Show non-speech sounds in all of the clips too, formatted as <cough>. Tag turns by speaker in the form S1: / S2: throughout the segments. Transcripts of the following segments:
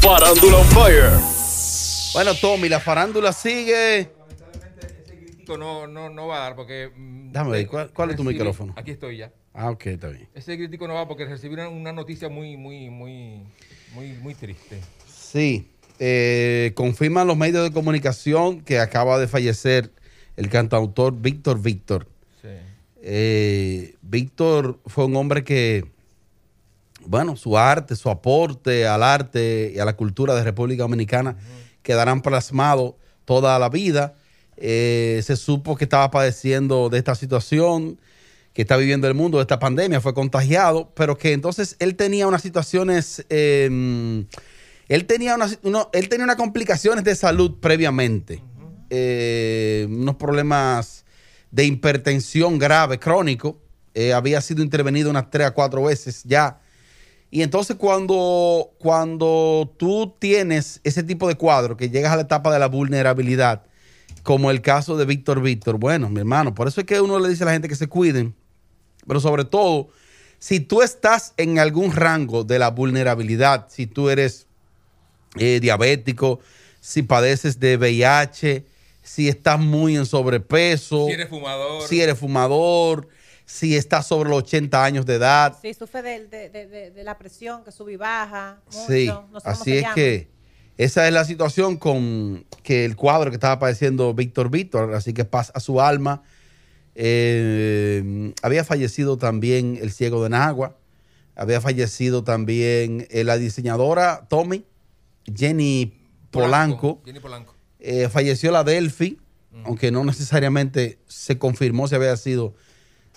S1: farándula on fire.
S2: Bueno, Tommy, la farándula sigue.
S3: No, no, no va a dar porque. mm,
S2: Dame ver, ¿cuál- cuál es tu
S3: recibí-
S2: micrófono?
S3: Aquí estoy ya.
S2: Ah, ok, está bien.
S3: Ese crítico no va porque recibieron una noticia muy, muy, muy, muy, muy triste.
S2: Sí, eh, confirman los medios de comunicación que acaba de fallecer el cantautor Víctor Víctor.
S3: Sí.
S2: Eh, Víctor fue un hombre que, bueno, su arte, su aporte al arte y a la cultura de República Dominicana quedarán plasmados toda la vida. Eh, se supo que estaba padeciendo de esta situación que está viviendo el mundo, de esta pandemia, fue contagiado, pero que entonces él tenía unas situaciones, eh, él, tenía unas, uno- él tenía unas complicaciones de salud previamente, Eh, unos problemas de hipertensión grave, crónico. Eh, había sido intervenido unas tres a cuatro veces ya. Y entonces cuando, cuando tú tienes ese tipo de cuadro, que llegas a la etapa de la vulnerabilidad, como el caso de Víctor Víctor, bueno, mi hermano, por eso es que uno le dice a la gente que se cuiden, pero sobre todo, si tú estás en algún rango de la vulnerabilidad, si tú eres eh, diabético, si padeces de VIH, si estás muy en sobrepeso
S3: Si eres fumador.
S2: si eres fumador, si estás sobre los 80 años de edad.
S4: Sí, sufre del- de, de- de- de la presión que sube y baja. Mucho.
S2: sí,
S4: no sé cómo
S2: así
S4: se
S2: es
S4: llama.
S2: que esa es la situación con que el cuadro que estaba padeciendo Víctor Víctor, así que paz a su alma. Eh, había fallecido también el ciego de Nagua, había fallecido también eh, la diseñadora Tommy, Jenny Polanco.
S3: Jenny Polanco.
S2: Eh, falleció la Delphi, aunque no necesariamente se confirmó si había sido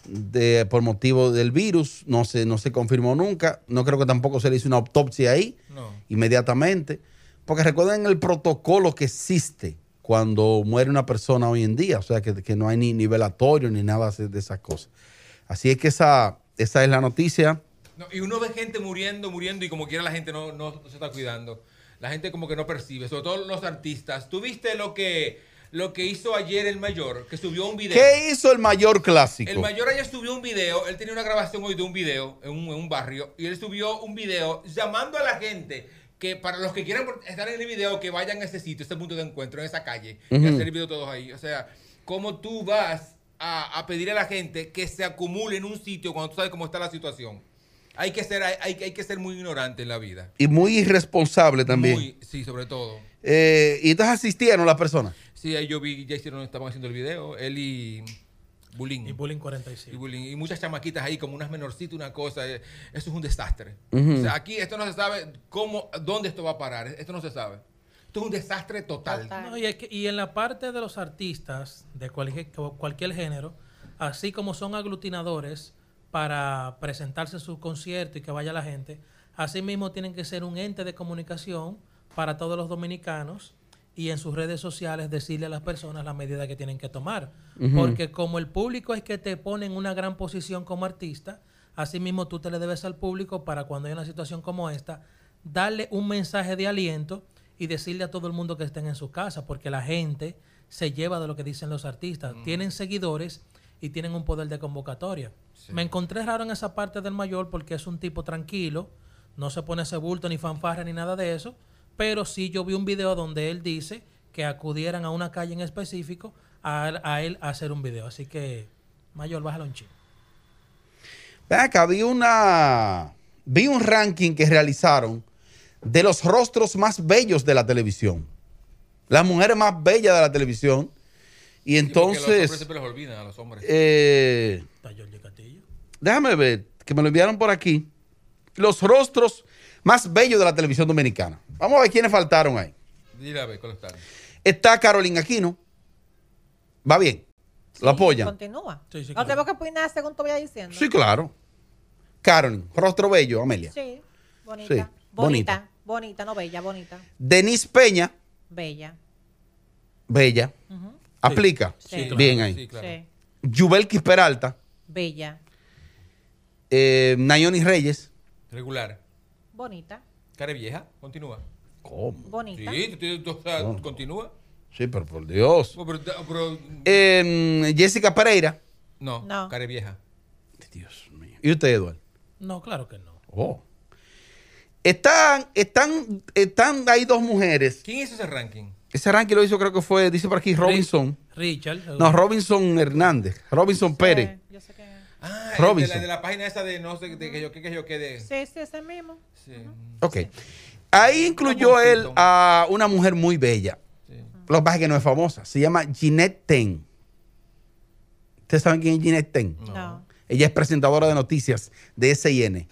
S2: de- por motivo del virus, no se, no se confirmó nunca. No creo que tampoco se le hizo una autopsia ahí
S3: No.
S2: inmediatamente. Porque recuerden el protocolo que existe cuando muere una persona hoy en día. O sea, que, que no hay ni, ni velatorio ni nada de de esas cosas. Así es que esa, esa es la noticia.
S3: No, y uno ve gente muriendo, muriendo y como quiera la gente no, no- no se está cuidando. La gente como que no percibe, sobre todo los artistas. ¿Tú viste lo que, lo que hizo ayer el mayor? Que subió un video.
S2: ¿Qué hizo el mayor clásico?
S3: El mayor ayer subió un video, él tenía una grabación hoy de un video en un, en un barrio, y él subió un video llamando a la gente que para los que quieran estar en el video, que vayan a ese sitio, ese punto de encuentro, en esa calle, y hacer el video todos ahí. O sea, cómo tú vas a, a pedir a la gente que se acumule en un sitio cuando tú sabes cómo está la situación. Hay que ser, hay, hay- hay que ser muy ignorante en la vida.
S2: Y muy irresponsable también.
S3: Muy, sí, sobre todo.
S2: Eh, y entonces asistieron las personas.
S3: Sí, ahí yo vi, ya hicieron, estaban haciendo el video, él y Bulín.
S5: Y Bullying
S3: Mm. y
S5: 45.
S3: bullying, y muchas chamaquitas ahí, como unas menorcitas, una cosa. eh, Eso es un desastre. O sea, aquí esto no se sabe cómo, dónde esto va a parar. Esto no se sabe. Esto es un desastre total.
S4: Total.
S5: No, y, es que- y en la parte de los artistas de cualquier, cualquier género, así como son aglutinadores para presentarse en sus conciertos y que vaya la gente, asimismo tienen que ser un ente de comunicación para todos los dominicanos y en sus redes sociales decirle a las personas las medidas que tienen que tomar. Porque como el público es que te pone en una gran posición como artista, asimismo tú te le debes al público para cuando hay una situación como esta, darle un mensaje de aliento y decirle a todo el mundo que estén en su casa, porque la gente se lleva de lo que dicen los artistas. Tienen seguidores y tienen un poder de convocatoria. Me encontré raro en esa parte del mayor porque es un tipo tranquilo, no se pone ese bulto ni fanfarra ni nada de eso, pero sí yo vi un video donde él dice que acudieran a una calle en específico a, él- a él a hacer un video. Así que, mayor, bájalo un chico.
S2: Ven acá, vi una. Vi un ranking que realizaron de los rostros más bellos de la televisión. Las mujeres más bellas de la televisión. Y
S3: Sí, porque a los hombres
S2: entonces.
S3: siempre les olvidan a los hombres.
S2: eh,
S5: Está Jorge Castillo.
S2: déjame ver, que me lo enviaron por aquí. Los rostros más bellos de la televisión dominicana. Vamos a ver quiénes faltaron ahí.
S3: Dile a ver cuáles están.
S2: Está Carolina Aquino. Va bien. Lo apoyan.
S4: Continúa.
S5: Sí, sí,
S4: no
S5: claro.
S4: tengo que opinar según tú vayas diciendo.
S2: Sí, claro. Carolina, rostro bello, Amelia.
S4: Sí, bonita.
S2: Sí,
S4: bonita.
S2: bonita.
S4: Bonita. no bella, bonita.
S2: Denise Peña,
S4: Bella.
S2: bella. Aplica.
S4: Sí, claro.
S2: Bien ahí.
S3: Sí, claro.
S4: Sí,
S2: Yubelkis Peralta,
S4: bella.
S2: eh, Nayoni Reyes.
S3: Regular.
S4: Bonita.
S3: Care vieja, continúa.
S2: ¿Cómo?
S4: Bonita.
S3: Sí, tú- tú- tú- o sea,
S2: No.
S3: continúa. Oh,
S2: Sí, pero por Dios.
S3: Pero- pero- pero-
S2: Eh, Jessica Pereira.
S3: no,
S4: No.
S3: care vieja.
S2: Dios mío. ¿Y usted, Eduardo?
S5: No, claro que no.
S2: Oh. Están, están, están ahí dos mujeres.
S3: ¿Quién hizo ese ranking?
S2: Ese ranking lo hizo, creo que fue, dice por aquí, Robinson.
S5: Richard.
S2: No, Robinson Hernández. Robinson Pérez.
S4: Sí, yo sé que-
S3: Ah, el de
S2: Robinson.
S3: la, de la página esa de no sé, de que yo que, que yo quede.
S4: Sí, sí, ese mismo.
S3: Sí.
S2: Ok. Ahí incluyó
S3: Ramoncito.
S2: él a una mujer muy bella.
S3: sí.
S2: Lo que pasa es que no es famosa. Se llama Ginette Ten. ¿Ustedes saben quién es Ginette Ten?
S4: No.
S2: Ella es presentadora de noticias de SIN.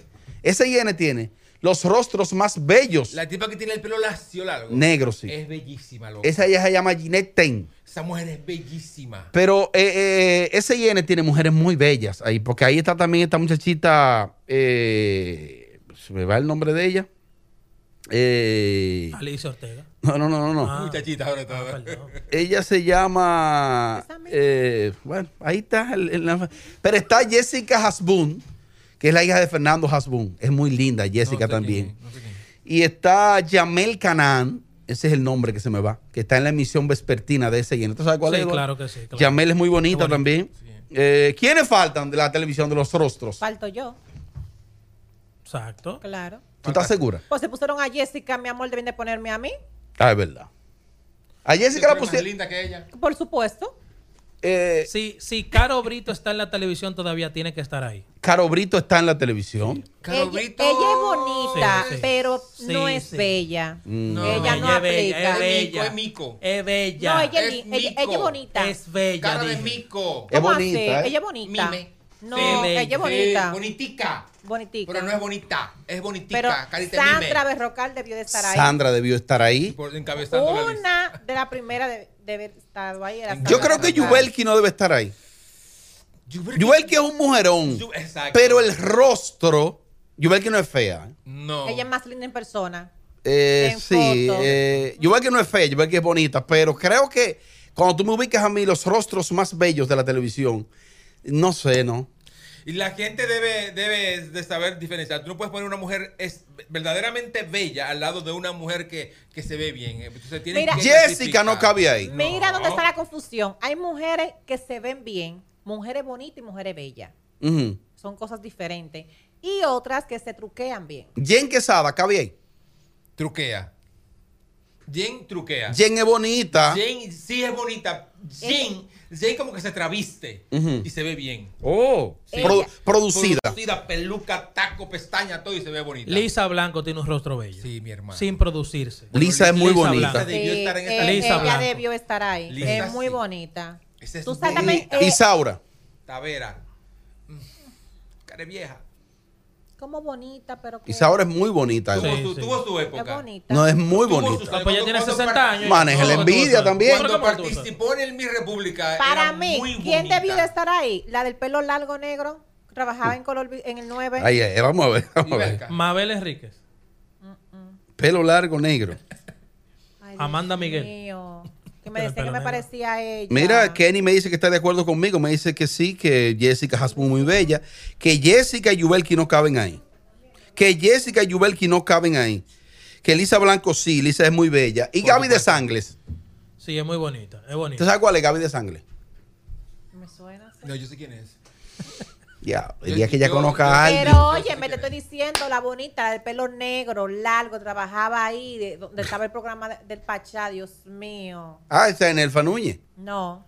S2: SIN tiene los rostros más bellos
S3: La Eh. tipa que tiene el pelo lacio largo.
S2: negros. sí.
S3: Es bellísima, loco.
S2: Esa ella se llama Ginette Ten.
S3: Esa mujer es bellísima.
S2: Pero eh, eh, SIN tiene mujeres muy bellas ahí, porque ahí está también esta muchachita, eh, se me va el nombre de ella. Eh,
S5: Alicia Ortega.
S2: no, no, no, no, no.
S5: Ah.
S3: Muchachita, ahora
S5: Ah,
S3: todo.
S5: perdón.
S2: Ella se llama.
S4: Esa misma.
S2: eh, bueno, ahí está. el- el- la- pero está Jessica Hasbun, que es la hija de Fernando Hasbun. Es muy linda, Jessica
S3: No sé
S2: también.
S3: quién es, no sé quién es.
S2: Y está Yamel Canaan, ese es el nombre que se me va, que está en la emisión vespertina de ese lleno. ¿Tú sabes cuál
S5: Sí,
S2: es?
S5: claro que sí. claro.
S2: Yamel es muy bonita
S5: Qué bonita,
S2: también.
S3: sí.
S2: Eh, ¿Quiénes faltan de la televisión de los rostros?
S4: Falto yo,
S5: Exacto.
S4: claro.
S2: ¿Tú estás segura?
S4: Pues se pusieron a Jessica, mi amor, deben de ponerme a mí.
S2: Ah, es verdad. A
S3: Yo
S2: Jessica la
S3: creo más
S2: pusieron.
S3: linda que ella.
S4: Por supuesto.
S2: eh,
S5: Si, si Caro Brito está en la televisión, todavía tiene que estar ahí.
S2: Caro Brito está en la televisión.
S4: Ella,
S3: Caro Brito.
S4: ella es bonita,
S5: Sí, sí.
S4: pero no
S5: Sí,
S4: es
S5: sí.
S4: bella.
S2: Mm.
S3: No,
S4: ella no
S5: es bella,
S4: aplica.
S5: es bella.
S3: Es mico, es mico.
S5: Es bella.
S4: No, ella es,
S3: Es
S4: li- ella- ella es
S3: mico.
S4: bonita.
S5: Es bella.
S3: Cara de
S5: dije.
S3: mico.
S2: Es
S4: ¿Cómo
S2: bonita, ¿eh?
S4: así? Ella es bonita.
S3: Mime.
S4: No,
S5: Sí,
S4: ella
S5: bella.
S4: es bonita.
S3: Sí, bonitica.
S4: Bonitica.
S3: Pero no es bonita. Es bonitica.
S4: Pero
S3: carita de
S4: Sandra
S3: mime.
S4: Berrocal debió de estar ahí.
S2: Sandra debió estar ahí.
S3: Por encabezando la lista.
S4: Una de la primera de, de haber estado ahí. Era
S2: Yo
S4: Sandra
S2: creo que
S4: Berrocal.
S2: Yubelki no debe estar ahí.
S3: Yubelki-
S2: Yubelki es un mujerón.
S3: Yu- Exacto.
S2: Pero el rostro. Yubelki no es fea.
S3: No.
S4: Ella es más linda en persona.
S2: Eh,
S4: En
S2: sí.
S4: foto.
S2: eh, Yubelki no es fea, Yubelki es bonita. Pero creo que cuando tú me ubicas a mí, los rostros más bellos de la televisión. No sé, ¿no?
S3: Y la gente debe, debe de saber diferenciar. Tú no puedes poner una mujer es verdaderamente bella al lado de una mujer que, que se ve bien. Entonces, tienen
S4: Mira-
S3: que
S2: Jessica no
S3: clasificar.
S2: cabía ahí.
S4: Mira
S3: No.
S4: dónde está la confusión. Hay mujeres que se ven bien, mujeres bonitas y mujeres bellas.
S2: Ujú.
S4: Son cosas diferentes. Y otras que se truquean bien.
S2: Jen Quesada, cabía ahí.
S3: Truquea. Jen truquea.
S2: Jen es bonita.
S3: Jen sí es bonita. Jen, Jen como que se traviste
S2: Ujú.
S3: y se ve bien.
S2: Oh.
S4: sí.
S2: Pro-
S4: Ella.
S2: producida.
S3: Producida, peluca, taco, pestaña, todo y se ve bonita.
S5: Lisa Blanco tiene un rostro bello.
S3: Sí, mi hermano.
S5: Sin producirse.
S2: Lisa es muy
S5: Lisa
S2: bonita.
S5: Blanco.
S3: Debió estar en esta
S4: eh,
S5: lista.
S4: ella
S5: Lisa Blanco.
S4: debió estar ahí.
S3: Lisa,
S4: es muy
S3: sí.
S4: bonita.
S3: Esa es
S4: Tú
S3: bonita.
S4: sácame. eh,
S2: Isaura.
S3: Tavera. Mm. Cara vieja.
S4: como bonita, pero. que-
S2: Isaura es muy bonita.
S3: Tuvo,
S5: Sí,
S3: su,
S5: sí.
S3: tuvo su
S4: Es
S3: época.
S4: bonita.
S2: No, es muy
S3: Tuvo sus
S2: bonita.
S5: Ah, pues ya tiene
S3: Cuando
S5: 60
S3: part-
S5: años.
S2: Maneja la
S5: ¿Cómo
S2: envidia
S5: tú sabes?
S2: también.
S5: ¿Cómo
S3: Cuando
S5: tú sabes?
S3: participó en el Mi República.
S4: Para
S3: era
S4: mí,
S3: muy
S4: ¿quién
S3: bonita.
S4: debió de estar ahí? La del pelo largo negro, que trabajaba en color vi- en el 9.
S2: Ahí, eh, vamos a ver. Vamos a ver.
S3: Iberca.
S5: Mabel Enríquez.
S2: Pelo largo, negro.
S4: Ay,
S5: Amanda Miguel.
S4: mío. Que me
S5: Pero el
S4: decía que
S5: pelo
S4: me
S5: negro.
S4: parecía a ella.
S2: Mira, Kenny me dice que está de acuerdo conmigo. Me dice que sí, que Jessica Hasbun muy bella. Que Jessica y Yubelki no caben ahí. Que Jessica y Yubelki no caben ahí. Que Lisa Blanco sí, Lisa es muy bella. Y
S3: Por
S2: Gaby de
S3: supuesto.
S2: Sangles.
S5: Sí, es muy bonita. Es
S2: ¿Tú
S5: bonita.
S2: sabes cuál es Gaby de Sangles?
S4: Me suena. sí.
S3: No, yo sé quién es.
S2: Ya, el
S3: Yo-
S2: día que ella
S3: yo-
S2: conozca
S3: yo-
S2: a alguien.
S4: Pero oye,
S3: Entonces,
S4: me
S3: ¿qué
S4: te estoy
S3: es?
S4: diciendo, la bonita, la del pelo negro, largo, trabajaba ahí, de- donde estaba el programa de- del Pachá, Dios mío.
S2: Ah, está en el Fanuñe.
S4: No,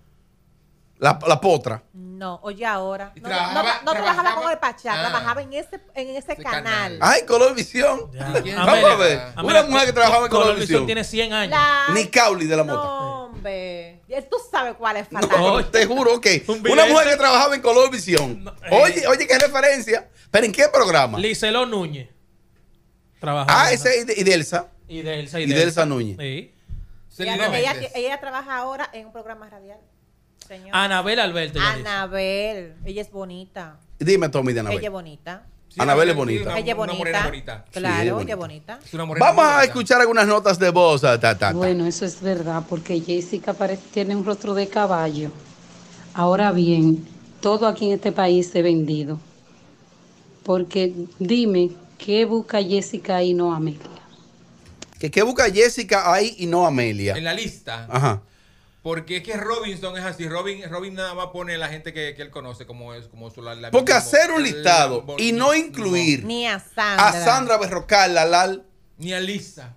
S2: La, la potra.
S4: no, oye ahora.
S3: Y
S4: No, no,
S3: trabajaba-
S4: no- no trabajaba
S3: trabajaba-
S4: con el Pachá,
S3: Ah.
S4: trabajaba en ese, en ese
S3: Ese canal.
S4: canal.
S2: Ay, Colorvisión.
S5: Ya.
S3: quién?
S2: Vamos a ver.
S3: Amelia.
S2: Una mujer que trabajaba en
S5: Colorvisión
S2: Colorvisión.
S5: tiene 100 años.
S4: La-
S2: Ni Cauli de la <laughs> mota.
S4: No, hombre. Ya Tú sabes cuál es fatal.
S5: Oye.
S2: Te juro que
S5: Un
S2: una mujer
S5: vidente.
S2: que trabajaba en Colorvisión.
S5: No, eh.
S2: Oye, oye, qué referencia. ¿Pero en qué programa?
S5: Liceló Núñez. Trabajaba.
S2: Ah, ese es de- y de Elsa.
S5: Y Delsa.
S2: y
S5: Y,
S2: de Elsa
S5: Delsa
S2: Núñez.
S5: Sí.
S4: Ella,
S3: Celina
S4: ella-
S3: Méndez.
S4: ella trabaja ahora en un programa radial. Señor.
S3: Ah,
S5: Anabel Alberto. ya dice.
S4: Anabel. Ella es bonita.
S2: Dime, Tommy de
S4: Ella es
S2: Anabel.
S4: bonita.
S3: Sí,
S2: Anabel es
S3: sí,
S2: bonita.
S3: una-
S4: ella es
S3: una
S4: bonita.
S3: morena bonita.
S4: Claro,
S2: Sí, es
S4: ella es
S2: bonita.
S4: bonita.
S3: Es una morena
S2: Vamos
S3: muy
S2: a
S3: bonita.
S2: escuchar algunas notas de voz. ah, ta, ta, ta.
S1: Bueno, eso es verdad, porque Jessica pare- tiene un rostro de caballo. Ahora bien, todo aquí en este país se vendido. Porque dime, ¿qué busca Jessica y no Amelia?
S2: ¿Qué, qué busca Jessica ahí y no Amelia?
S3: En la lista.
S2: Ajá.
S3: Porque es que Robinson es así. Robin, Robin nada más pone a la gente que, que él conoce como es, como su la, la-
S2: Porque
S3: como-
S2: hacer un listado
S3: la-
S2: y no incluir
S4: Ni a Sandra.
S2: a Ah, Sandra Berrocal, la Lal.
S3: Ni a Lisa.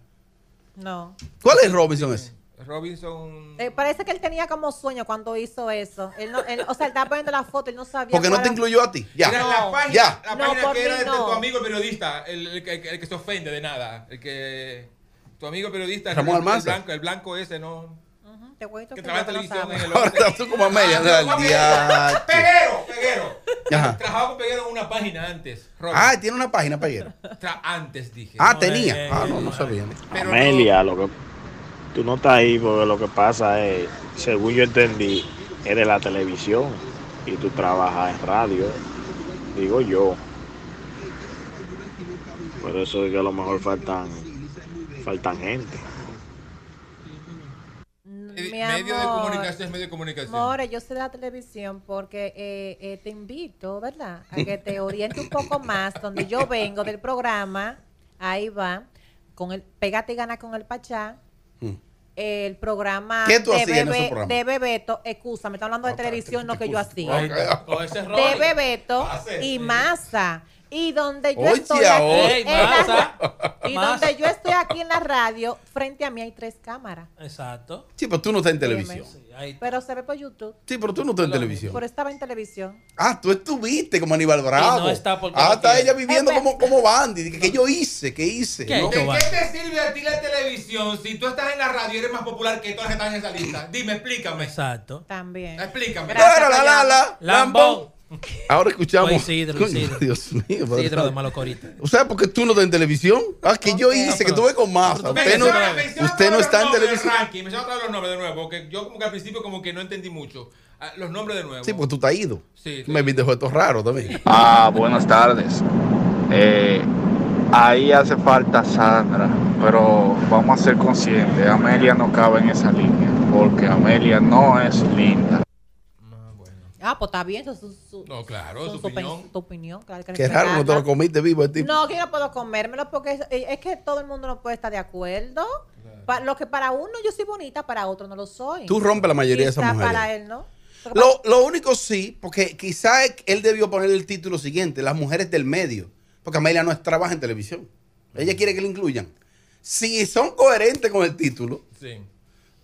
S4: No.
S2: ¿Cuál es Robinson ese?
S3: Robinson.
S4: Eh, parece que él tenía como sueño cuando hizo eso. Él no, él- o sea, él estaba poniendo la foto, él no sabía.
S2: Porque no
S4: cuál
S2: te
S4: era-
S2: incluyó a ti. Ya.
S3: Mira, la página,
S2: ya.
S3: la
S4: No,
S3: página
S4: por
S3: que
S4: mí
S3: era de
S4: no.
S3: tu amigo periodista, el, el que- el que- el que se ofende de nada. El que. Tu amigo periodista. el-
S2: Ramón
S3: el,
S2: Almanza.
S3: blanco, el blanco ese, ¿no?
S4: Ujú, te cuento
S3: Que
S4: que
S3: trabaja en
S4: yo no
S3: televisión
S4: sabe.
S3: en el
S2: Ahora estás tú como a media.
S3: Ah, no,
S2: Al día.
S3: <laughs> Peguero, Peguero.
S2: Ajá.
S3: Trabajaba con Peguero en una página antes. Robin.
S2: Ah, tiene una página, Peguero.
S3: Tra- antes dije.
S2: Ah,
S5: No,
S2: tenía.
S5: eh,
S2: Ah,
S5: eh,
S2: no, no
S5: eh,
S2: sabía.
S3: Pero no-
S6: Amelia, lo que tú no estás ahí porque lo que pasa es, según yo entendí, eres de la televisión y tú trabajas en radio, digo yo. Por eso es que a lo mejor faltan, faltan gente.
S4: Mm, Mi
S3: eh, medio de
S4: amor,
S3: comunicación es medio de comunicación.
S4: More, yo sé de la televisión porque eh, eh, te invito, ¿verdad? A que te oriente un poco más, donde yo vengo del programa, ahí va, con el Pégate y Gana con el Pachá,
S2: Mm.
S4: el programa,
S2: ¿Qué tú
S4: de,
S2: hacías en ese programa?
S4: de Bebeto, excusa, me está hablando de televisión, no que yo hacía.
S5: Oye, o ese es
S4: de
S5: Robin.
S4: Bebeto
S3: Pase, sí.
S4: y Massa. Y donde yo
S2: Oye,
S4: estoy aquí,
S2: ahora.
S5: Ey,
S4: en la
S5: Massa.
S4: ra- <laughs> y
S5: Massa.
S4: donde yo estoy aquí en la radio, frente a mí hay tres cámaras.
S5: Exacto.
S2: Sí, pero tú no estás en televisión.
S5: Sí, ahí-
S4: Pero se ve por YouTube.
S2: Sí, pero tú no estás en
S5: Lo-
S2: televisión.
S4: Pero estaba en televisión.
S2: Ah, tú estuviste como Aníbal Bravo.
S5: Y no está porque
S2: ah,
S5: no
S2: está
S5: quiere.
S2: ella viviendo
S4: Espera.
S2: como, como Bandy. ¿Qué yo hice? ¿Qué hice?
S5: ¿Qué?
S2: ¿No?
S3: ¿De qué te sirve a ti la televisión si tú estás en la radio y eres más popular que todas las que están en esa lista? Dime, explícame.
S5: Exacto.
S4: También.
S3: Explícame.
S4: Gracias.
S2: La, la, la, la,
S5: Lambón.
S2: Ahora escuchamos.
S5: Fue Isidro,
S2: Coño,
S5: Isidro.
S2: Dios mío. padre.
S5: Sidro de malo corita.
S2: O sea, porque tú no estás en televisión. Ah, que yo
S4: Ok.
S2: hice, que tuve con masa. Usted no,
S3: Menciona- menciona
S2: usted no
S3: todos
S2: está en
S3: los nombres del
S2: televisión.
S3: ranking. Menciona todos los nombres de nuevo, porque yo como que al principio como que no entendí mucho. Ah, Los nombres de nuevo.
S2: Sí, pues. porque tú te has ido.
S3: Sí, sí.
S2: Me viste juegos raros también.
S7: Ah, buenas tardes. Eh, ahí hace falta Sandra, pero vamos a ser conscientes, Amelia no cabe en esa línea, porque Amelia no es linda.
S3: Ah, bueno.
S4: Ah, pues está bien. Eso es su,
S3: No, claro,
S4: su-
S3: su
S4: su pen-
S3: opinión.
S4: tu opinión, claro, hay que
S2: Qué raro, no te lo
S4: respetarla.
S2: comiste vivo el tipo.
S4: No, que yo no puedo comérmelo porque es, eh, es que todo el mundo no puede estar de acuerdo. Pa- lo que para uno yo soy bonita, para otro no lo soy.
S2: Tú rompes la mayoría de
S4: Quizá
S2: esas mujeres.
S4: para él, ¿no? Porque
S2: Lo, lo único sí, porque quizás él debió poner el título siguiente, Las mujeres del medio, porque Amelia no es- trabaja en televisión. Ella quiere que la incluyan. Si son coherentes con el título,
S3: Sí.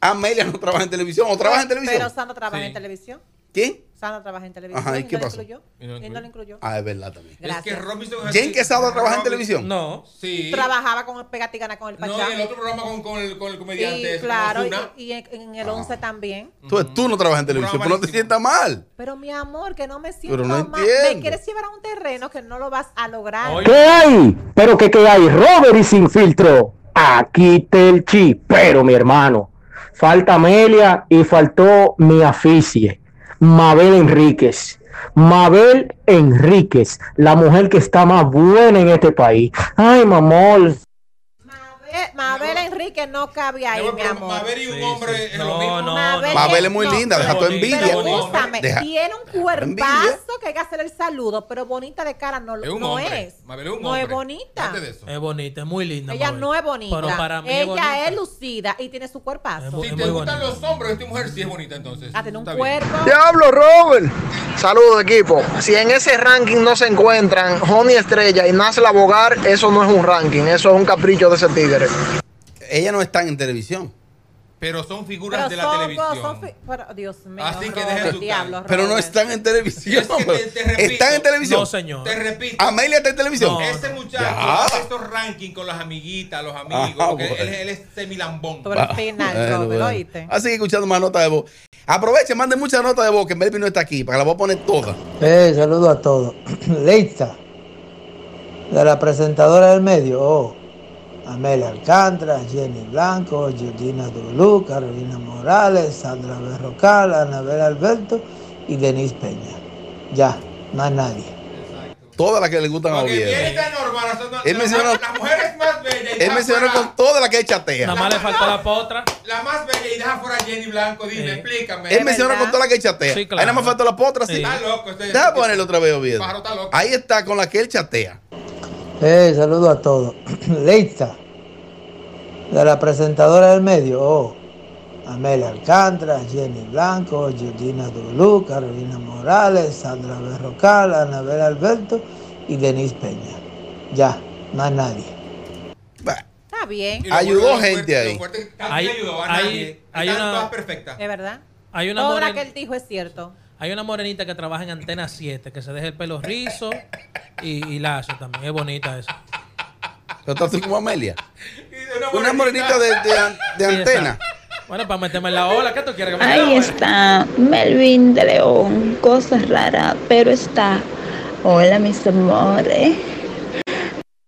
S2: Amelia no trabaja en televisión o trabaja en televisión.
S4: Pero Sandra trabaja
S3: Sí.
S4: en televisión.
S2: ¿Quién?
S4: Sandra trabaja en televisión.
S2: Ajá, ¿y qué
S4: no la
S2: pasó?
S4: incluyó.
S3: Y no
S4: Y no
S3: incluyó.
S4: lo incluyó.
S2: Ah, es verdad también.
S4: Gracias.
S3: Es que Robinson es
S2: ¿Jen
S3: así.
S2: Quesada trabaja en
S3: Robin-
S2: televisión?
S5: No.
S3: Sí.
S4: Trabajaba con el Pégate y Gana con el Pachá.
S3: No, y el otro programa con, con, el, con el comediante.
S4: sí,
S3: este,
S4: claro. Y,
S3: Ozuna.
S4: y en, en el 11
S2: Ah.
S4: también.
S2: Entonces tú no trabajas en televisión, pero no te
S3: malísimo.
S2: sientas mal.
S4: Pero mi amor, que no me siento
S2: Pero no
S4: mal.
S2: entiendo.
S4: Me quieres llevar a un terreno que no lo vas a lograr.
S5: Oye,
S8: ¿Qué hay? Pero que qué hay, Robert y sin filtro. Aquí te el pero mi hermano. Falta Amelia y faltó mi aficie, Mabel Enríquez. Mabel Enríquez, la mujer que está más buena en este país. Ay, mamor.
S4: Mabel, Mabel Enrique no cabe ahí,
S3: Pero-
S4: mi
S3: pero
S4: amor.
S3: Mabel y un
S5: Sí,
S3: hombre
S5: sí.
S3: es
S5: No,
S3: lo mismo.
S5: no.
S2: Mabel es muy linda, deja tu
S5: pero-
S2: envidia.
S4: Pero
S3: bonita.
S4: úsame,
S2: Deja-
S4: tiene un
S2: envidia.
S4: cuerpazo que hay que hacerle el saludo, pero bonita de cara no,
S3: Es un
S4: no
S3: hombre.
S4: es.
S3: Mabel es un
S4: no
S3: hombre.
S4: es bonita.
S3: Fíjate de eso.
S5: Es bonita, es muy linda.
S4: Ella
S5: Mabel.
S4: no es bonita.
S5: Pero para mí
S4: Ella
S5: es,
S4: es,
S5: bonita.
S4: lucida y tiene su
S5: Es
S4: cuerpazo.
S5: bu-
S3: Si
S5: es
S3: te
S5: muy
S3: gustan
S5: bonita.
S3: los hombres, esta mujer sí es bonita entonces.
S4: Ah, tiene un
S3: Está bien.
S4: cuerpo.
S9: Diablo, Robert. Saludos, equipo. Si en ese ranking no se encuentran Johnny Estrella y Nasla Bogar, eso no es un ranking, eso es un capricho de ese tigre.
S2: Ella no está en televisión.
S3: Pero son figuras de
S4: Pero son,
S3: la televisión.
S4: son fi- pero, Dios mío.
S3: Así que
S4: Robert,
S3: dejen su
S4: diablo,
S2: Pero no
S4: Robert.
S2: están en televisión. pues.
S3: Es que te- te repito,
S2: están en televisión.
S5: No, señor.
S3: Te repito.
S2: Amelia está en televisión.
S5: No.
S3: Ese muchacho
S2: Ah, Ya.
S3: hace estos rankings con las amiguitas, los amigos.
S2: Ah,
S3: porque
S2: bueno.
S3: él, él es semilambón.
S4: Sobre el final,
S2: Bueno,
S4: Robert,
S2: bueno.
S4: ¿oíste?
S2: Así que escuchando más notas de voz. Aprovechen, manden muchas notas de voz que Melvin no está aquí, para que la voy a poner toda.
S10: Eh, saludo a todos. <clears throat> Leita, de la presentadora del medio, oh, Amelia Alcántara, Jenny Blanco, Georgina Dulú, Carolina Morales, Sandra Berrocal, Anabel Alberto y Denise Peña. Ya, más nadie.
S2: Todas las que le gustan a
S3: Porque viene
S2: Oviedo.
S3: está normal. o sea, no-
S2: Él
S3: la-
S2: mencionó-
S3: la mujer es más bella. y
S2: Él
S3: deja
S2: mencionó
S3: fuera-
S2: con todas las que él chatea.
S5: Nada más le faltó la potra.
S3: La más bella y deja fuera a Jenny Blanco. Dime,
S5: Sí.
S3: explícame.
S2: Él mencionó
S4: verdad.
S2: con todas las que él chatea.
S5: Sí, claro.
S2: Ahí nada más faltó la potra, sí.
S5: Sí.
S3: Está loco. Este,
S2: Déjame ponerlo otra vez, Oviedo.
S3: Pájaro está loco.
S2: Ahí está con la que él chatea.
S10: Eh, saludo a <clears throat> todos. Leita, de la presentadora del medio, oh, Amelia Alcántara, Jenny Blanco, Georgina Dulú, Carolina Morales, Sandra Berrocal, Anabel Alberto y Denise Peña. Ya, más nadie.
S4: Está bien,
S3: Y lo
S2: Ayudó
S3: bueno, lo
S2: gente
S3: fuerte-
S2: ahí.
S3: lo fuerte es que
S5: Hay-
S3: nadie ayudó a
S5: hay-
S3: nadie.
S5: hay
S3: Estaban
S5: una-
S3: todas perfectas.
S4: es verdad.
S5: Hay una,
S4: Todo
S5: moren-
S4: lo que él dijo es cierto.
S5: hay una morenita que trabaja en Antena 7, que se deja el pelo rizo y, y lazo también. Es bonita esa.
S2: Pero estás tú como Amelia.
S3: Y <laughs> una
S2: Una morenita de, de an- de
S5: Sí, está.
S2: antena.
S5: Bueno, para meterme en la ola, ¿qué tú quieres que me
S11: Ahí
S5: haga?
S11: está Melvin de León, cosa rara, pero está. Hola, mis amores.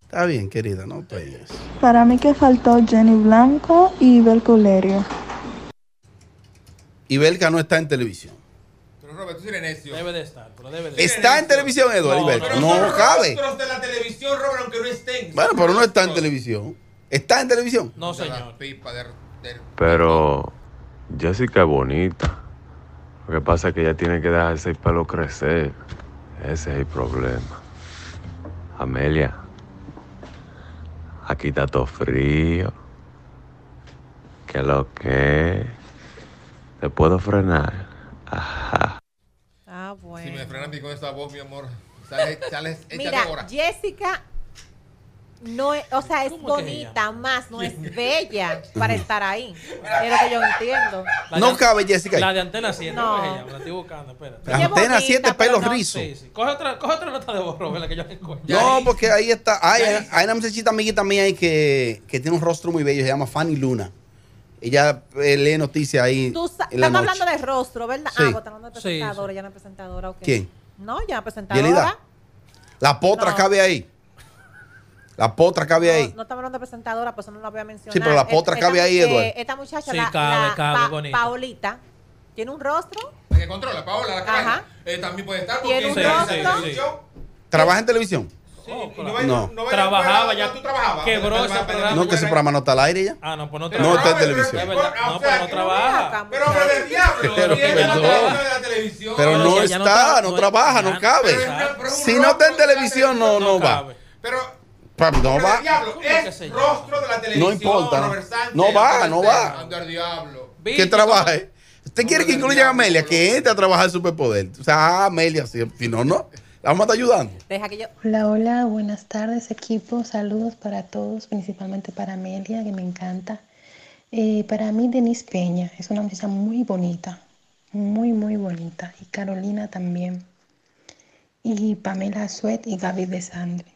S2: Está bien, querida, no pegues.
S12: Para mí que faltó Jenny Blanco y Belculerio.
S2: Y Belka no está en televisión.
S3: Pero Robert, tú sí eres necio.
S5: Debe de estar, pero debe de
S3: Es-
S5: estar.
S2: Está en televisión, Eduardo.
S5: No,
S2: y Belka.
S5: pero
S2: No,
S3: son
S2: cabe.
S3: rostros de la televisión, Robert, aunque no
S2: Bueno,
S3: estén.
S2: pues,
S3: Son
S2: pero no está en
S3: rostros
S2: televisión. Está en televisión.
S5: No,
S3: de la
S5: señor.
S3: pipa, de- de-
S13: Pero Jessica es bonita. Lo que pasa es que ella tiene que dejar ese pelo crecer. Ese es el problema. Amelia, aquí está todo frío. ¿Qué lo que? ¿Te puedo frenar? Ajá.
S4: Ah, bueno.
S3: Si me frenan a mí con esa voz, mi amor, sales, sales échate
S4: Mira,
S3: ahora.
S4: Jessica no es, o sea, es
S5: ¿Cómo que ella?
S4: bonita, más
S3: <laughs>
S4: no es bella para estar ahí. Es lo que yo entiendo.
S5: La
S2: No
S5: de-
S2: cabe Jessica.
S5: La
S2: ahí.
S5: de Antena 7,
S4: No.
S5: no es ella, la estoy buscando, espérate.
S4: Ah. Ella es
S2: Antena
S4: bonita,
S2: 7,
S4: pero
S2: pelos
S4: no-
S2: rizos.
S5: Sí, sí. Coge otra, coge otra nota de vos, Robert, la que yo no encuentro.
S2: No,
S3: Yaris.
S2: porque ahí está. Hay,
S3: Yaris.
S2: hay una muchachita amiguita mía ahí que, que tiene un rostro muy bello, se llama Fanny Luna. Ella eh, lee noticias ahí.
S4: Tú sa-
S2: en la
S4: estamos
S2: noche.
S4: hablando de rostro, ¿verdad?
S2: Sí.
S4: Ah, vos estás hablando de
S5: Sí,
S4: presentadora,
S5: sí.
S4: ya no es presentadora, ok.
S2: ¿Quién?
S4: No, ya no es presentadora.
S2: Yelida. La potra
S4: No.
S2: cabe ahí. La potra cabe
S4: No,
S2: ahí.
S4: no estamos hablando de presentadora, pues eso no la voy a mencionar.
S2: Sí, pero la potra
S4: Esta-
S2: cabe ahí,
S4: eh,
S2: Eduardo.
S4: Esta muchacha,
S5: Sí,
S4: la,
S5: cabe,
S4: la
S5: cabe,
S4: Pa-
S5: bonita.
S4: Paolita, tiene un rostro
S3: La que controla, Paola, la cabaña.
S4: Ajá.
S3: Eh, también puede estar porque
S4: Tiene un
S3: ella está en
S5: rostro.
S3: televisión.
S2: ¿Trabaja en televisión?
S5: Sí,
S3: Y
S5: claro.
S3: no va-
S2: No.
S3: no va a ir a la
S5: Trabajaba
S3: escuela,
S5: ya.
S3: tú trabajabas.
S5: Quebró
S3: Pero
S5: ese
S3: va a pedir-
S4: Ah,
S5: programa.
S2: No, que ese programa no está al aire ya.
S5: Ah, no, pues no
S3: Pero
S5: trabaja.
S2: está en
S3: Robert, pero
S2: televisión.
S5: Es
S3: que-
S5: verdad.
S3: o
S5: No,
S3: sea,
S5: pues no
S3: que-
S5: trabaja.
S3: Pero pero del diablo,
S2: Pero
S3: y ella no
S2: perdón.
S3: trabaja en la televisión.
S2: Pero
S5: Pero
S2: no
S5: si ella no
S2: está,
S5: tra-
S2: no,
S5: no-
S2: trabaja, no
S5: ya.
S2: cabe.
S3: Pero es una- pero es un
S2: si no está en
S3: rostro de la
S2: televisión, no, no, va.
S5: cabe.
S3: Pero
S2: Pa- No
S3: pero
S2: va.
S3: del diablo
S5: ¿Cómo que
S3: es
S5: se llama?
S3: rostro de la televisión.
S2: importa, ¿no?
S3: Robert Sánchez,
S2: No va, no va.
S3: Ando al diablo.
S5: Viste,
S2: Que trabaje. ¿Usted quiere que
S3: del
S2: incluya a
S3: diablo,
S2: Amelia?
S3: no.
S2: Que entre a trabajar el superpoder. O sea, ah, Amelia, si, si no, no. La vamos a estar ayudando.
S4: Deja que yo.
S11: Hola, hola, buenas tardes equipo, saludos para todos, principalmente para Amelia, que me encanta. Eh, para mí Denise Peña es una muchacha muy bonita, muy, muy bonita, y Carolina también, y Pamela Suet y Gaby de Sandres.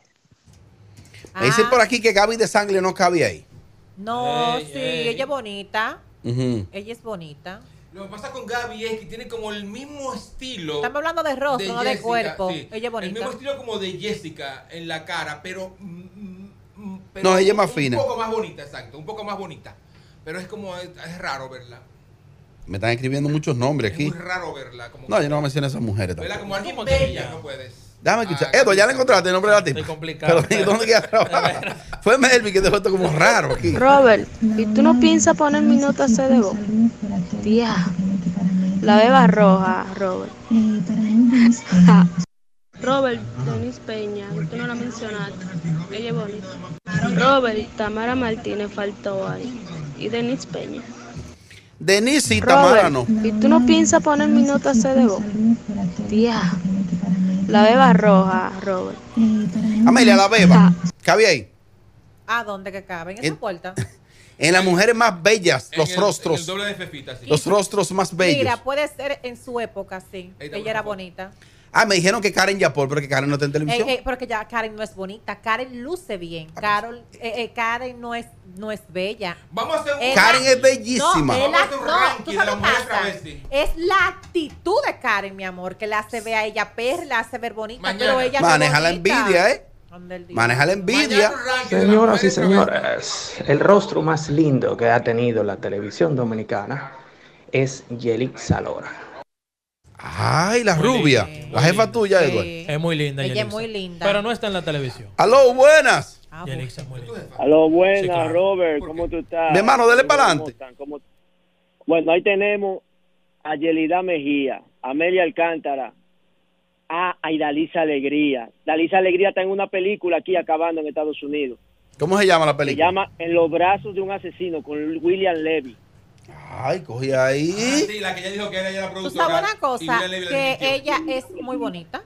S2: Me dicen
S4: Ah,
S2: por aquí que Gaby de Sangre no cabe ahí.
S4: No,
S5: Ey,
S4: sí,
S5: ey.
S4: ella es bonita.
S2: Ujú.
S4: Ella es bonita.
S3: Lo que pasa con Gaby es que tiene como el mismo estilo.
S4: Estamos hablando de rostro, no de
S3: Jessica,
S4: cuerpo.
S3: sí.
S4: Ella es
S3: El
S4: bonita.
S3: mismo estilo como de Jessica en la cara, pero. mm, mm, pero
S2: No, ella es más fina.
S3: Un poco más bonita, exacto. Un poco más bonita. Pero es como. Es, es raro verla.
S2: Me están escribiendo muchos nombres
S3: Es
S2: aquí.
S3: muy raro verla. Como,
S2: No, yo no voy a mencionar a esas mujeres
S3: Verla
S2: tampoco.
S3: como alguien
S5: ¿Cómo que
S3: bella,
S5: ya?
S3: no puedes.
S2: Déjame escuchar.
S3: Ah,
S2: Edo, ya le
S3: Gaby.
S2: encontraste el nombre de la tipa.
S5: Estoy complicado.
S2: Pero ¿dónde que ella trabaja? Fue Melvin que dejó esto como raro aquí.
S12: Robert, ¿y tú no piensas poner mi nota C de vos? Tía, la beba roja, Robert. Ja. <laughs> Robert, Denise Peña, tú no la mencionaste. Ella es bonita. Robert, Tamara Martínez faltó ahí. Y Denise Peña.
S2: Denise y Tamara
S12: Robert,
S2: no.
S12: ¿y tú no piensas poner mi nota C de vos? Tía, la beba roja, Robert.
S2: Amelia, la beba. Cabe ahí.
S4: ¿A dónde que cabe? En
S2: En-
S4: esa puerta.
S2: En las mujeres más bellas,
S3: En
S2: los
S3: el- en el
S2: rostros.
S3: doble de Fefita, sí.
S2: Los rostros más bellos.
S4: Mira, puede ser en su época, sí.
S3: Ahí está
S4: Ella era
S3: una foto.
S4: bonita.
S2: Ah, me dijeron que Karen Yapor, pero que Karen no está en televisión.
S4: Eh, eh, porque ya Karen no es bonita. Karen luce bien.
S2: Ah,
S4: Carol,
S2: pues.
S4: eh, eh, Karen no es, no es bella.
S3: Vamos a hacer un.
S4: Eh,
S2: Karen es
S4: No,
S2: bellísima.
S4: es la,
S3: Vamos a hacer un
S4: no,
S3: ranking
S4: tú
S3: de
S4: sabes
S3: las
S4: qué
S3: mujeres
S4: pasa.
S3: travestis.
S4: Es la actitud de Karen, mi amor, que la hace ver a ella perla, la hace ver bonita,
S3: Mañana.
S4: pero ella no es
S2: Maneja la
S4: bonita.
S2: envidia, ¿eh?
S4: Ande el diablo.
S2: Maneja la envidia.
S3: Mañana un ranking de las
S8: Señoras y
S3: mujeres travestis.
S13: señores, el rostro más lindo que ha tenido la televisión dominicana es Yelixa Lora.
S2: Ay, la rubia. La jefa tuya,
S4: Sí.
S2: Eduardo.
S5: Es muy linda.
S4: Ella es
S5: Yelitza.
S4: muy linda.
S5: Pero no está en la televisión.
S2: Aló, buenas.
S4: Ah, bueno.
S5: Yelitza es muy linda.
S6: Aló, buenas,
S5: Sí, claro.
S6: Robert,
S3: ¿Por
S6: ¿cómo
S3: qué?
S6: tú estás?
S2: Mi hermano, dele
S6: ¿Cómo
S2: para adelante.
S6: están? ¿Cómo- Bueno, ahí tenemos a Yelida Mejía, Amelia Alcántara, a Aidalisa Alegría. Dalisa Alegría está en una película aquí acabando en Estados Unidos.
S2: ¿Cómo se llama la
S6: Se
S2: película?
S6: llama En los brazos de un asesino con William Levy.
S2: Ay, cogí ahí.
S3: Sí, la que ella dijo que era ella la
S4: Tú
S3: productora.
S4: sabes una
S3: y
S4: cosa,
S3: Miriam Levy la
S4: que
S3: admitió.
S4: ella es muy bonita.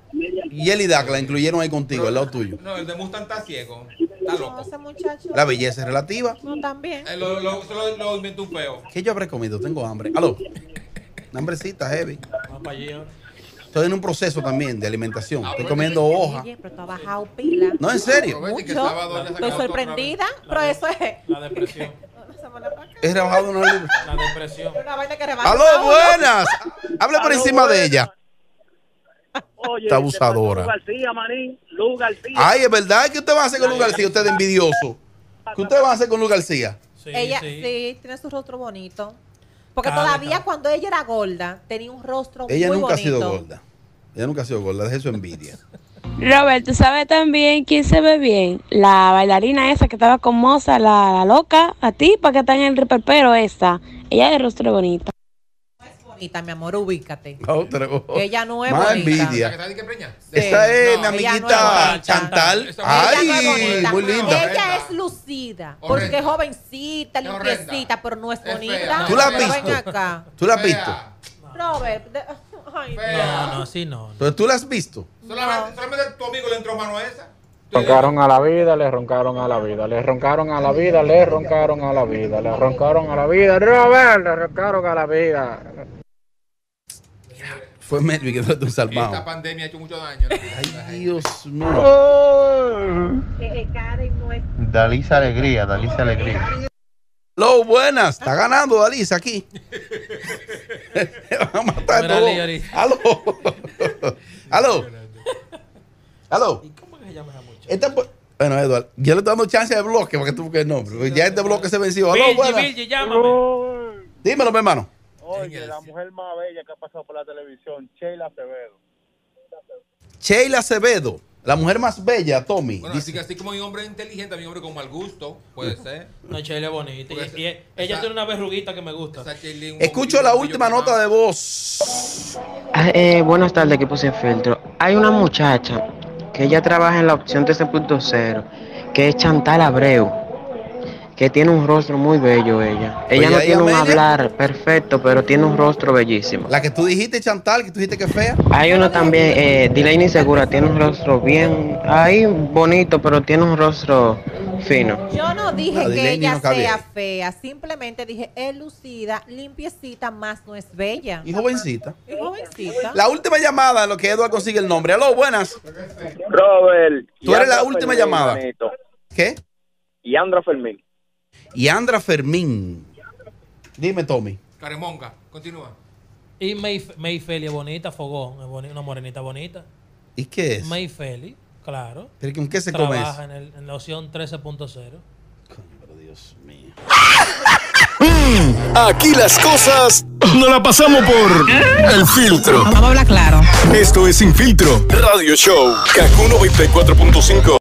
S2: Y él y Dak la incluyeron ahí contigo, al lado tuyo.
S3: No, el de Mustang está ciego. Está loco.
S4: Ese muchacho
S2: La belleza es relativa.
S4: no también.
S3: Eh, lo, lo, eso lo- lo inventó un feo.
S2: ¿Qué yo habré comido? Tengo hambre. Aló. Una hambrecita heavy. Estoy en un proceso también de alimentación. Estoy comiendo hoja.
S4: Oye, pero tú has bajado pila.
S2: No, en serio.
S4: Mucho. Estoy sorprendida, pero eso es.
S5: La depresión.
S2: He rebajado una libra.
S5: La depresión.
S4: Una vaina que rebaja.
S2: Aló, buenas. Hable por encima de ella.
S14: Oye,
S2: Está abusadora.
S14: Lu García, manín. Lu García.
S2: Ay, es verdad que usted va a hacer con Luz García, usted es envidioso. ¿Qué usted va a hacer con Luz García?
S4: ella sí. tiene su rostro bonito. Porque
S2: Cabe,
S4: todavía cuando ella era gorda, tenía un rostro
S2: Ella
S4: muy
S2: nunca ha
S4: bonito.
S2: sido gorda. Ella nunca ha sido gorda, deje su envidia.
S12: Robert, ¿tú sabes también quién se ve bien? La bailarina esa que estaba con Moza, la, la loca, la tipa que está en el reperpero esa. Ella es de rostro bonito.
S4: Bonita, mi amor, ubícate.
S2: Otra cosa.
S4: Ella no es
S2: Oh, Más
S4: bonita.
S2: envidia.
S4: Sí.
S2: <laughs> Esa es mi
S4: No, ella
S2: amiguita
S4: no es bonita.
S2: Chantal.
S4: Ella no es
S2: Ay,
S4: bonita.
S2: muy linda.
S4: Ella es lucida, porque es jovencita, limpiecita, pero no es bonita.
S2: ¿Tú la has
S4: Pero ven
S2: visto?
S4: acá.
S2: ¿Tú la has visto?
S4: Robert, de- <laughs> ay,
S5: No, no, así no.
S2: Pero tú la has visto.
S3: Solamente, solamente tu amigo le entró mano a esa.
S7: Roncaron a la vida, le roncaron a la vida, le roncaron a la vida, le roncaron a la vida, le roncaron a la vida, Robert, le roncaron a la vida.
S2: Fue Melvin que fue un
S3: Esta
S2: salvado.
S3: pandemia ha hecho mucho daño.
S2: Ay, Dios
S3: mío.
S15: Dalisa Alegría, Dalisa Alegría.
S2: Lo buenas, está ganando Dalisa aquí. <laughs> Va a matar
S5: Mira,
S2: todo.
S5: Lee, Ari.
S3: <laughs>
S2: Aló. Aló. Aló. Esta pu- bueno, Eduardo, yo le estoy dando chance de bloque para que tú busques el nombre. porque ya este bloque se venció. Aló,
S5: Virgi,
S2: buenas.
S5: Virgi, llámame.
S2: Dímelo, mi hermano.
S16: Oye, la mujer más bella que ha pasado por la televisión, Sheila Acevedo.
S2: Sheila Acevedo, la mujer más bella, Tommy.
S3: Bueno, así, que- así como hay hombre inteligente, hay hombre con mal gusto. Puede ser.
S5: No, Sheila es bonita. Y, y ella
S3: esa-
S5: tiene una verruguita que me gusta.
S2: Escucho la última nota de voz.
S17: Ah, eh, buenas tardes, equipo sin filtro. Hay una muchacha que ella trabaja en la opción 13.0, que es Chantal Abreu, que tiene un rostro muy bello ella.
S2: Oye,
S17: Ella no
S2: ahí,
S17: tiene un
S2: Amelia.
S17: hablar perfecto, pero tiene un rostro bellísimo.
S2: La que tú dijiste, Chantal, que tú dijiste que es fea.
S17: Hay uno también, eh, Delaney Segura, tiene un rostro bien, ahí bonito, pero tiene un rostro fino.
S4: Yo no dije
S17: No,
S4: que
S17: Delaney
S4: ella
S17: no cabía
S4: sea
S17: ahí.
S4: fea, simplemente dije es lucida, limpiecita, más no es bella.
S2: Y jovencita.
S4: Es jovencita.
S2: La última llamada en lo que Eduardo consigue el nombre. Aló, buenas.
S16: Robert.
S2: Tú eres la última llamada. ¿Qué?
S16: Y Andra Fermín.
S2: Y Andra Fermín. Dime, Tommy.
S3: Caremonga, continúa.
S5: Y Mayf- Mayfeli es bonita, fogón, es boni- una morenita bonita.
S2: ¿Y qué es?
S5: Mayfeli, claro.
S2: ¿Pero con qué se come
S5: Trabaja en, el- en la opción 13.0.
S18: Aquí las cosas no la pasamos por el filtro.
S4: Vamos a hablar claro.
S18: Esto es Sin Filtro Radio Show. Kaku 94.5.